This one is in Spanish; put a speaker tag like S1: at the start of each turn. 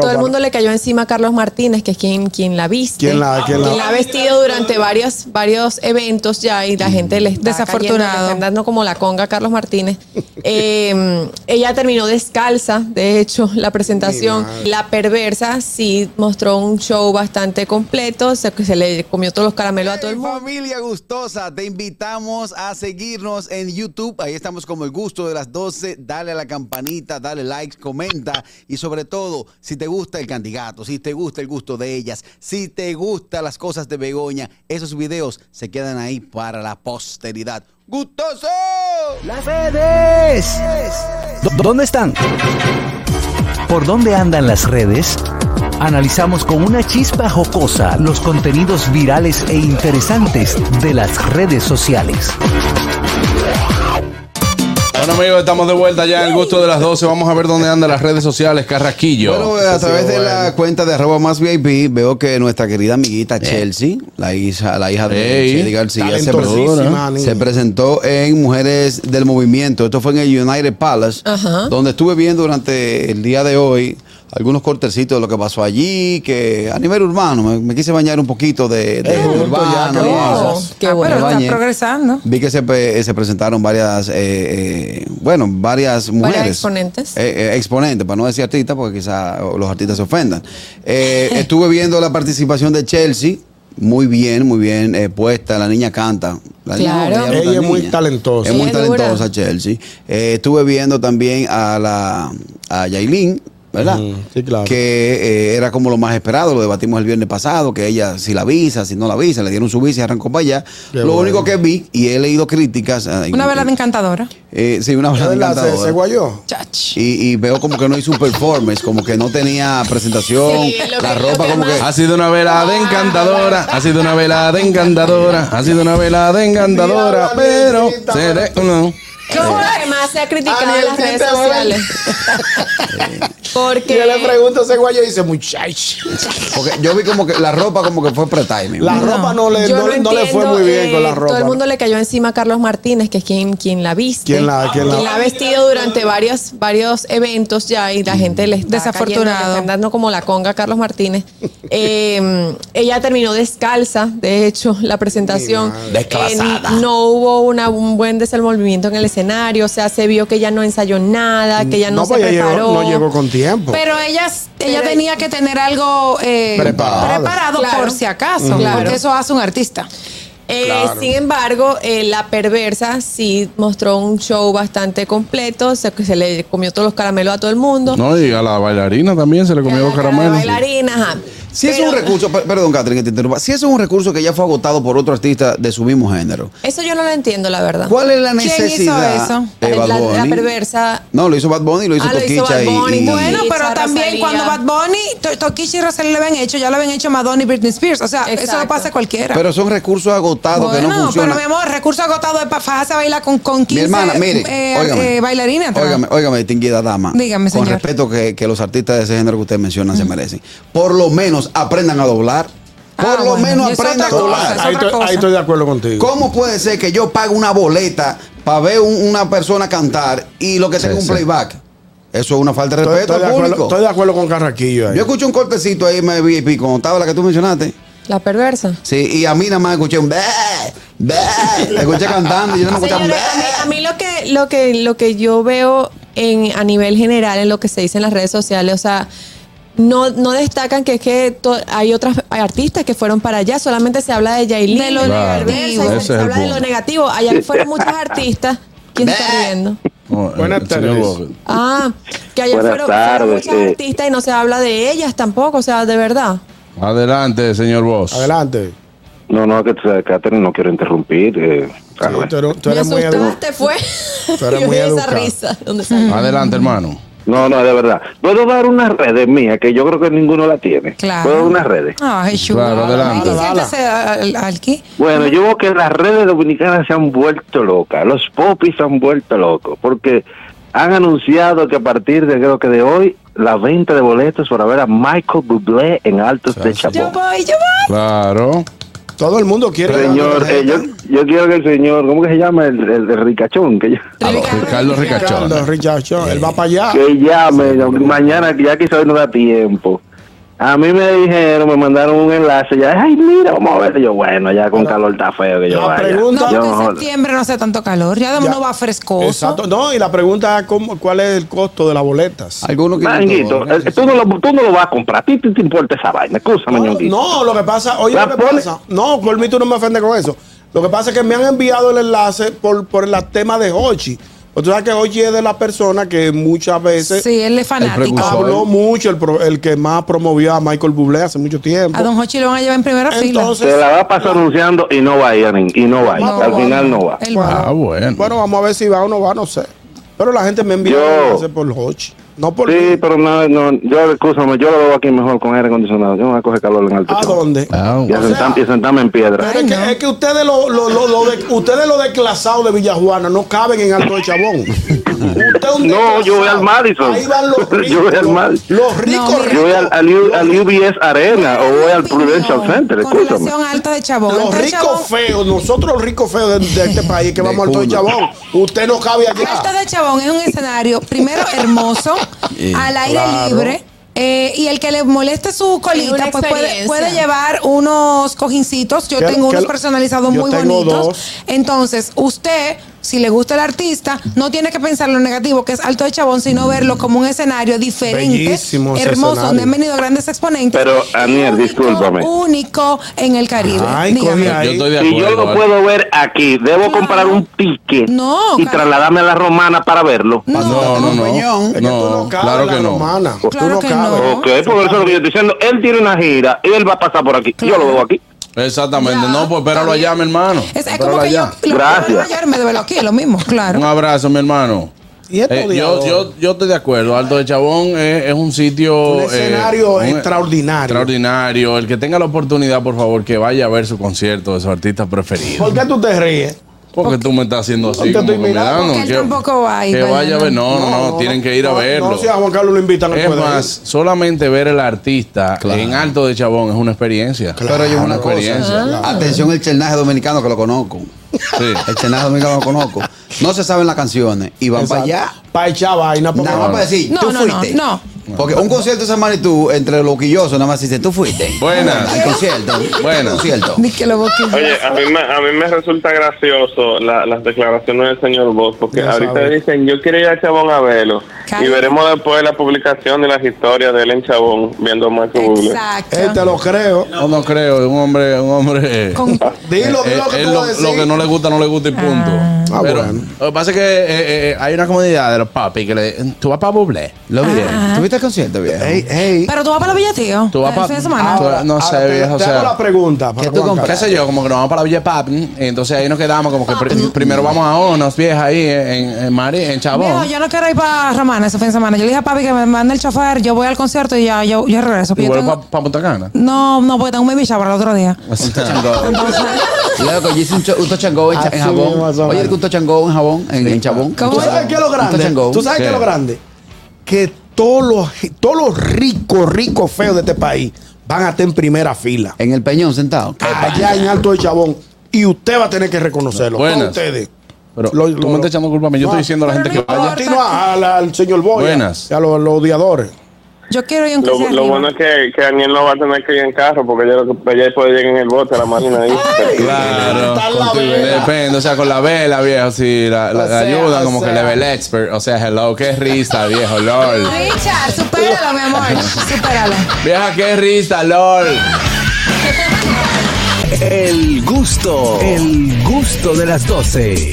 S1: Todo el mundo le cayó encima a Carlos Martínez, que es quien, quien la viste. Ah,
S2: ¿Quién la- quién la-
S1: quien ha vestido durante varios, varios eventos ya y la
S2: Mm.
S1: gente le está
S3: Desafortunado.
S1: cayendo, le están dando como la conga a Carlos Martínez. Eh, ella terminó descalza, de hecho, la presentación.
S2: Mi madre.
S1: La perversa sí mostró un show bastante completo, se, se le comió todos los caramelos a todo el
S4: Hey,
S1: mundo.
S4: Familia gustosa, te invitamos a seguirnos en YouTube. Ahí estamos como el gusto de las 12. Dale a la campanita, dale like, comenta y sobre todo, si te gusta el candidato, si te gusta el gusto de ellas, si te gustan las cosas de Begoña, esos videos se quedan ahí para la posteridad. ¡Gustoso!
S5: Las redes. ¿Dó- ¿Dónde están? ¿Por dónde andan las redes? Analizamos con una chispa jocosa los contenidos virales e interesantes de las redes sociales.
S6: Bueno amigos, estamos de vuelta ya en el gusto de las 12. Vamos a ver dónde andan las redes sociales, Carrasquillo.
S4: Bueno, eh. a través de la cuenta de arroba más VIP veo que nuestra querida amiguita Chelsea, la hija, la hija de
S6: Ey,
S4: Chelsea García, se,
S2: talentosísima
S4: presentó,
S2: niña.
S4: se presentó en Mujeres del Movimiento. Esto fue en el United Palace,
S1: Ajá.
S4: donde estuve viendo durante el día de hoy algunos cortecitos de lo que pasó allí, que a nivel urbano me, me quise bañar un poquito de, de
S2: Es justo ya,
S4: urbano.
S2: qué
S4: y
S2: bueno.
S4: eso.
S1: Qué
S3: Ah,
S1: bueno.
S4: Me
S3: Pero
S4: bañé.
S3: está progresando.
S4: Vi que se, pe- se presentaron varias, eh, eh, bueno, varias mujeres.
S1: exponentes.
S4: Eh, eh, exponentes, para no decir artistas, porque quizás los artistas se ofendan. Eh, estuve viendo la participación de Chelsea. Muy bien, muy bien eh, puesta. La niña canta. La niña-
S1: Claro.
S4: no,
S2: Ella
S4: no
S2: es muy
S4: niña.
S2: talentosa.
S4: Es muy
S1: Ella es dura.
S4: talentosa, Chelsea. Eh, estuve viendo también a la a Yailin, ¿verdad?
S2: Ujú, Mm, sí, claro.
S4: Que eh, era como lo más esperado, lo debatimos el viernes pasado, que ella si la visa, si no la visa, le dieron su visa y arrancó para allá.
S2: Qué
S4: lo
S2: bueno.
S4: único que vi, y he leído críticas. eh,
S3: Una
S4: eh,
S3: velada encantadora.
S4: eh, sí, una
S2: Es
S4: velada
S2: verdad, se,
S4: encantadora.
S2: se guayó.
S3: Chach.
S4: Y, y veo como que no hizo un performance, como que no tenía presentación,
S1: Sí, lo
S4: la
S1: que-
S4: ropa
S1: lo que
S4: como que... Ah,
S1: más-
S6: Ha sido una velada encantadora, ha sido una velada encantadora, ha sido una velada encantadora, pero seré uno.
S1: ¿Qué fue lo que más se ha criticado en las
S2: Ariel,
S1: redes
S2: ¿viste ahora?
S1: sociales?
S2: Yo le
S1: Porque
S2: pregunto, se guayó y dice, muchacho.
S4: Porque yo vi como que la ropa como que fue pre-timing.
S2: La ropa no le,
S1: yo
S2: no, no le fue
S1: entiendo,
S2: muy bien
S1: eh,
S2: con la ropa.
S1: Todo el mundo le cayó encima a Carlos Martínez, que es quien, quien la viste.
S2: ¿Quién la- quién la-
S1: ha vestido durante varios, varios eventos ya y la gente le está
S3: Desafortunado.
S1: cayendo, le están dando como la conga a Carlos Martínez. Eh, ella terminó descalza, de hecho, la presentación.
S2: Mi
S1: Descalzada. no hubo una, un buen desenvolvimiento en el escenario, o sea, se vio que ella no ensayó nada, que ella no,
S2: No,
S1: se
S2: pues ella llegó-
S1: preparó.
S2: no llegó con
S4: Oh.
S2: tiempo.
S3: Pero ella, ella
S1: Pero-
S3: tenía que tener algo eh,
S2: Preparado.
S3: preparado
S1: Claro.
S3: por si acaso,
S1: Claro.
S3: porque eso hace un artista.
S1: Eh,
S2: Claro.
S1: Sin embargo, eh, la perversa sí mostró un show bastante completo, se, se le comió todos los caramelos a todo el mundo.
S6: No, y a la bailarina también se le comió los
S1: La cara de
S6: caramelos.
S1: Bailarina, ajá.
S4: Si es
S1: Pero
S4: un recurso, per- perdón, Catherine, que te interrumpa. Si es un recurso que ya fue agotado por otro artista de su mismo género,
S1: Eso yo no lo entiendo, la verdad.
S4: ¿cuál es la
S3: ¿Quién hizo
S4: necesidad
S3: eso?
S4: de
S1: La-
S4: Bad
S1: la- la
S4: Bunny?
S1: perversa.
S4: No, lo hizo Bad Bunny, lo hizo
S1: Ah, lo hizo
S4: Toquicha
S1: Bad
S4: y,
S1: Bunny.
S4: y-
S3: Bueno,
S1: Sí,
S3: pero
S1: Sara
S3: también
S1: Rosalía.
S3: cuando Bad Bunny, To- Toquicha y Rosalía lo habían hecho, ya lo habían hecho Madonna y Britney Spears. O sea, eso
S1: Exacto.
S3: lo pasa a cualquiera.
S4: Pero son recursos agotados que no
S3: Bueno, pero
S4: funcionan.
S3: mi amor, recurso agotado es para fajarse a bailar con, con 15
S4: Mi hermana, mire,
S3: eh,
S4: óigame,
S3: eh, bailarinas. ¿no?
S4: Óigame, óigame, distinguida dama.
S3: Dígame,
S4: Con
S3: señor.
S4: respeto que, que los artistas de ese género que ustedes mencionan se merecen. Por lo menos aprendan a doblar. Por
S3: Ah,
S4: lo
S3: bueno, y
S4: menos
S3: es
S4: aprendan a
S3: otra cosa,
S4: doblar.
S2: ahí,
S3: es otra
S2: estoy,
S3: cosa.
S2: ahí estoy de acuerdo contigo.
S4: ¿Cómo puede ser que yo pague una boleta para ver un- una persona cantar y lo que tenga un
S6: sí.
S4: playback? Eso es una falta de
S2: Estoy,
S4: respeto
S2: estoy de
S4: al
S2: acuerdo,
S4: público.
S2: estoy de acuerdo con Carraquillo ahí.
S4: Yo escuché un cortecito ahí, me vi, cuando estaba la que tú mencionaste.
S1: La perversa.
S4: Sí, y a mí nada más escuché un "Bé, bé". La escuché cantando y yo no me escuchaba un
S1: Señores, a mí,
S4: "Bé".
S1: a mí lo que lo que lo que yo veo en a nivel general en lo que se dice en las redes sociales, o sea, no, no destacan que es que to- hay otras artistas que fueron para allá, solamente se habla de Yailin,
S3: De lo
S6: Claro,
S3: negativo.
S1: Se,
S6: ese es el
S1: habla de lo
S6: punto.
S1: negativo. Allá fueron muchas artistas. ¿Quién se está riendo?
S6: Oh, el-
S2: Buenas
S6: el señor
S2: tardes.
S6: Walker.
S1: Ah, que allá
S7: Buenas
S1: fueron, fueron
S7: tardes,
S1: muchas
S7: sí.
S1: artistas y no se habla de ellas tampoco, o sea, de verdad.
S6: Adelante, señor Vos.
S2: Adelante.
S7: No, no, que tú sabes, Catherine, no quiero interrumpir. eh,
S2: Sí,
S7: sabes.
S2: tú eres, tú
S1: Me
S2: eres muy edu-
S1: asustaste, fue.
S2: Tú eres
S1: Yo
S2: muy Mm.
S1: vi esa
S2: educada.
S1: risa. ¿dónde salió?
S6: Adelante, hermano.
S7: No, no, de verdad. Puedo dar unas redes mías, que yo creo que ninguno la tiene.
S3: Claro.
S7: Puedo dar unas redes.
S3: Ah, Jesús.
S6: Claro, adelante.
S3: Ay,
S2: Dala, dala.
S3: siéntese eh, al- al- aquí.
S7: Bueno, yo veo que las redes dominicanas se han vuelto locas. Los popis se han vuelto locos, porque han anunciado que a partir de creo que de hoy, la venta de boletos para ver a Michael Bublé en Altos de
S3: Yo
S7: Chapón.
S3: voy, yo voy.
S6: Claro.
S2: Todo el mundo quiere.
S7: Señor, eh, yo, yo quiero que el señor, ¿cómo que se llama? El, el, el ricachón, que, ya-
S6: Ricardo, Ricardo Ricachón.
S2: Ricardo, Richardson, él va para allá.
S7: que llame aunque mañana, que ya quizás hoy no da tiempo. A mí me dijeron, me mandaron un enlace, ya, ay, mira, vamos a ver. Y Yo, bueno, ya con calor está feo que yo
S2: la
S7: vaya.
S2: pregunta-
S3: No,
S7: Yo,
S3: que en
S7: mejor-
S3: septiembre no hace tanto calor. Ya de
S2: Ya.
S3: uno va frescoso.
S2: Exacto. No, y la pregunta es cómo, cuál es el costo de las boletas.
S4: Alguno que
S7: Ñonguito, eh, tú, no lo, tú no lo vas a comprar, a ti te, te importa esa vaina, escúchame,
S2: No,
S7: Ñonguito.
S2: no, lo que pasa, oye,
S7: Ah, La
S2: lo que
S7: pone-
S2: pasa, no, por mí tú no me ofendes con eso. Lo que pasa es que me han enviado el enlace por, por el tema de Hochi. Pues tú sabes que Hochi es de la persona que muchas veces
S3: sí, él es
S6: El
S3: fanático.
S6: precursor.
S2: habló mucho, el, pro- el que más promovió a Michael Bublé hace mucho tiempo.
S3: A Don Hochi lo van a llevar en primera fila.
S2: Entonces,
S7: Se la va a pasar anunciando y no va a ir, y no va a ir.
S2: No,
S7: Al
S2: no,
S7: final no va.
S3: Él va.
S6: Ah, bueno.
S2: bueno, vamos a ver si va o no va, no sé. Pero la gente me envía
S7: Yo-
S2: el enlace por Hochi, no por
S7: Sí,
S2: mí.
S7: pero no, no yo, escúchame, yo lo veo aquí mejor con aire acondicionado. Yo me voy a coger calor en alto.
S2: ¿A
S7: chamo.
S2: dónde?
S6: Ah,
S7: Y, a
S2: O sea,
S7: sentam- y sentarme en piedra.
S2: Pero es, que, es que ustedes lo, lo, lo, lo de, ustedes lo desclasados de Villajuana no caben en Alto de Chabón. Usted es un
S7: No, yo voy
S2: desclasado.
S7: al Madison.
S2: Ahí van los ricos.
S7: Yo voy al
S2: los-
S7: Madison.
S2: Los ricos,
S3: mira.
S7: Yo voy al, al U- al UBS Arena o voy al
S3: Opinión
S7: Prudential Center,
S3: Con
S7: escúchame.
S3: relación alta de Chabón.
S2: Los
S3: Alta de Chabón-
S2: ricos feos, nosotros los ricos feos de, de este país que vamos al Alto de
S6: culo.
S2: Chabón. Usted no cabe allá.
S3: Alta de Chabón es un escenario, primero hermoso, al aire libre. eh, y el que le moleste su colita,
S1: una
S3: pues puede,
S1: experiencia.
S3: puede llevar unos cojincitos. Yo
S2: Que-
S3: tengo
S2: que
S3: unos
S2: lo-
S3: personalizados
S2: yo
S3: muy
S2: tengo
S3: bonitos.
S2: dos.
S3: Entonces, usted, si le gusta el artista, no tiene que pensar lo negativo que es Alto de Chabón, sino verlo como un escenario diferente,
S2: Bellísimo ese
S3: hermoso,
S2: escenario.
S3: donde han venido grandes exponentes.
S7: Pero,
S3: y
S7: Aniel,
S3: único,
S7: discúlpame.
S3: Único en el Caribe.
S2: Ay,
S3: Dígame.
S2: coge
S6: Yo estoy de
S7: Si
S6: acuerdo.
S7: yo lo
S6: ¿vale?
S7: puedo ver aquí, debo comprar un ticket
S3: No,
S7: y
S3: cara.
S7: trasladarme a la romana para verlo.
S6: Ah, No, no, no.
S4: Peñón.
S2: Es que tú
S6: No,
S2: cabes
S6: claro
S2: en la
S6: que no.
S2: romana. Tú
S3: Claro
S2: no
S3: que
S2: cabes.
S3: no.
S7: Ok, por eso es lo que yo estoy diciendo. Él tiene una gira y él va a pasar por aquí. Yo lo veo aquí.
S6: Exactamente.
S3: Ya,
S6: No, pues
S3: está
S6: espéralo
S3: bien.
S6: allá, mi hermano.
S3: Es, es
S6: Espéralo
S3: como que yo
S6: allá.
S3: lo
S7: Gracias.
S3: que veo ayer me duele aquí, lo mismo, claro.
S6: Un abrazo, mi hermano.
S2: Y estos
S6: Eh,
S2: días
S6: yo,
S2: ahora.
S6: yo, yo estoy de acuerdo. Alto de Chabón es, es un sitio. eh,
S2: Un escenario extraordinario.
S6: Extraordinario. El que tenga la oportunidad, por favor, que vaya a ver su concierto de su artista preferido.
S2: ¿Por qué tú te ríes?
S6: Porque tú me estás haciendo así.
S2: Porque
S6: como
S2: estoy
S6: que me
S2: mirando.
S6: da, no,
S3: Porque él
S6: que-
S3: tampoco va ahí,
S6: Que
S3: ¿verdad?
S6: vaya a ver. No, no, no. Tienen que ir a
S2: no,
S6: verlo.
S2: No, si a Juan Carlos lo invitan, no
S6: Es
S2: puede ir.
S6: más, solamente ver el artista en Alto de Chabón es una experiencia.
S4: Pero yo
S6: es
S4: una
S3: Ah.
S6: experiencia.
S4: cosa. Atención el chernaje dominicano que lo conozco.
S6: Sí.
S4: El chernaje dominicano lo conozco. No se saben las canciones y van para allá.
S2: Para echar vaina. porque-
S4: Nada más para decir,
S3: No,
S4: tú
S3: no,
S4: fuiste.
S3: no,
S4: Porque un concierto de esa magnitud entre los quillosos nada más dicen, tú fuiste.
S6: Buenas.
S4: Al concierto.
S6: Buenas.
S4: Al concierto.
S3: Ni que lo boquillo.
S8: Oye, a mí, me, a mí me resulta gracioso la- las declaraciones del señor Vos, porque
S2: Ya
S8: ahorita
S2: sabe.
S8: dicen, yo quiero ir a Chabón a verlo.
S3: Cállate.
S8: Y veremos después la publicación de las historias de él en Chabón, viendo a Marco Bublé.
S3: Exacto.
S2: Eh, te lo creo.
S6: No, no creo, es un hombre, un hombre.
S3: Con-
S2: Dilo,
S6: Eh,
S2: dilo lo que
S6: eh,
S2: tú
S6: lo,
S2: vas a
S6: lo que
S2: decir.
S6: no le gusta, no le gusta y punto.
S2: Ah,
S6: Pero
S2: bueno.
S6: lo que pasa es que eh, eh, hay una comunidad de los papis que le tú vas para Bublé,
S2: Ah.
S6: lo Eh, vi.
S4: ¿Tuviste el concierto, viejo?
S2: Ey, ey.
S3: Pero tú vas para la villa, tío.
S6: Tú vas
S3: el
S6: pa-
S3: fin de semana.
S6: Ahora- No sé,
S2: Ahora, te-
S6: viejo, o
S2: te
S6: sea,
S2: hago la pregunta. para
S4: ¿qué tú
S2: Juan
S6: ¿Qué
S2: Carlos.
S6: sé yo? Como que nos vamos para Villa Pap, ¿m? y entonces ahí nos quedamos
S2: Ah,
S6: como que
S2: pues,
S6: pri- primero vamos a Onos, vieja, ahí en, en Mari, en
S3: Viejo,
S6: Chabón.
S3: yo no quiero ir para Romana ese fin de semana. Yo le dije a papi que me mande el chofer, yo voy al concierto y ya yo, yo regreso.
S6: Y
S3: Yo
S6: vuelvo
S3: tengo-
S6: para Punta Cana.
S3: No, no, porque tengo un baby shower el otro día.
S6: O sea,
S4: Loco, yo hice un, cho- un tochangó en, cha- en
S2: Así mismo, más o
S4: jabón. Oye,
S2: menos.
S4: un tochangó en jabón, en, en chabón.
S3: ¿Cómo
S2: ¿Tú sabes qué es lo grande? ¿Tú sabes qué es lo
S6: ¿Qué?
S2: grande? Que todos los, todos los ricos, ricos feos de este país van a estar en primera fila.
S4: En el peñón sentado.
S2: Allá en Alto de Chabón. Y usted va a tener que reconocerlo.
S6: Buenas.
S2: Todos ustedes.
S6: Pero
S2: Lo-
S6: tú
S2: lo-
S6: me estás echando culpa a mí, yo
S2: No,
S6: estoy diciendo a la
S3: pero
S6: gente que
S3: no
S6: vaya.
S3: importa.
S2: Continúa al, al señor Boya.
S6: Buenas.
S2: Y a los, los odiadores.
S3: Yo quiero ir a un
S8: Lo,
S3: concierto.
S8: lo bueno es que, que Daniel no va a tener que ir en carro, porque ella, lo que- ella puede llegar en el bote a la marina. ahí.
S6: Claro,
S2: Está la
S6: con tu-
S2: vela.
S6: depende, o sea, con la vela, viejo, si la, la-
S2: O sea,
S6: ayudan
S2: o
S6: como que
S2: sea.
S6: level expert, o sea, hello, qué risa, viejo, lol.
S3: Richard, supéralo, mi amor. Supéralo.
S6: Vieja, qué risa, lol.
S5: El gusto, el gusto de las 12.